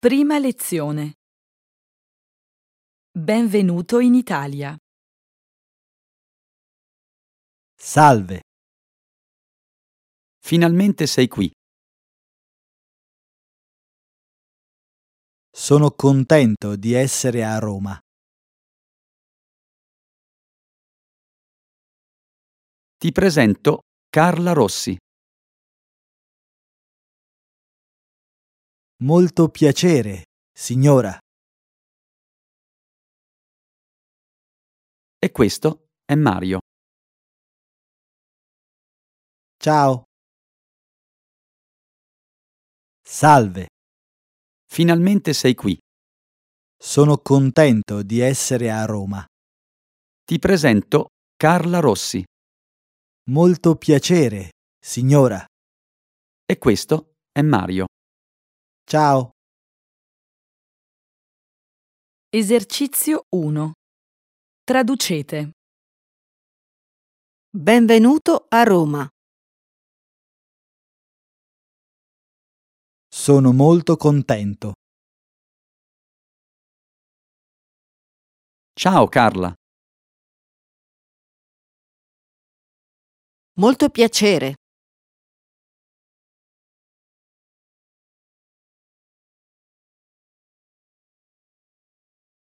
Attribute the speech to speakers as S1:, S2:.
S1: Prima lezione. Benvenuto in Italia.
S2: Salve,
S3: Finalmente sei qui.
S2: sono contento di essere a Roma.
S3: Ti presento Carla Rossi.
S2: Molto piacere, signora.
S3: E questo è Mario.
S2: Ciao. Salve,
S3: Finalmente sei qui.
S2: sono contento di essere a Roma.
S3: Ti presento Carla Rossi.
S2: Molto piacere, signora.
S3: E questo è Mario.
S2: Ciao.
S1: Esercizio 1. Traducete.
S4: Benvenuto a Roma.
S2: Sono molto contento.
S3: Ciao Carla.
S4: Molto piacere.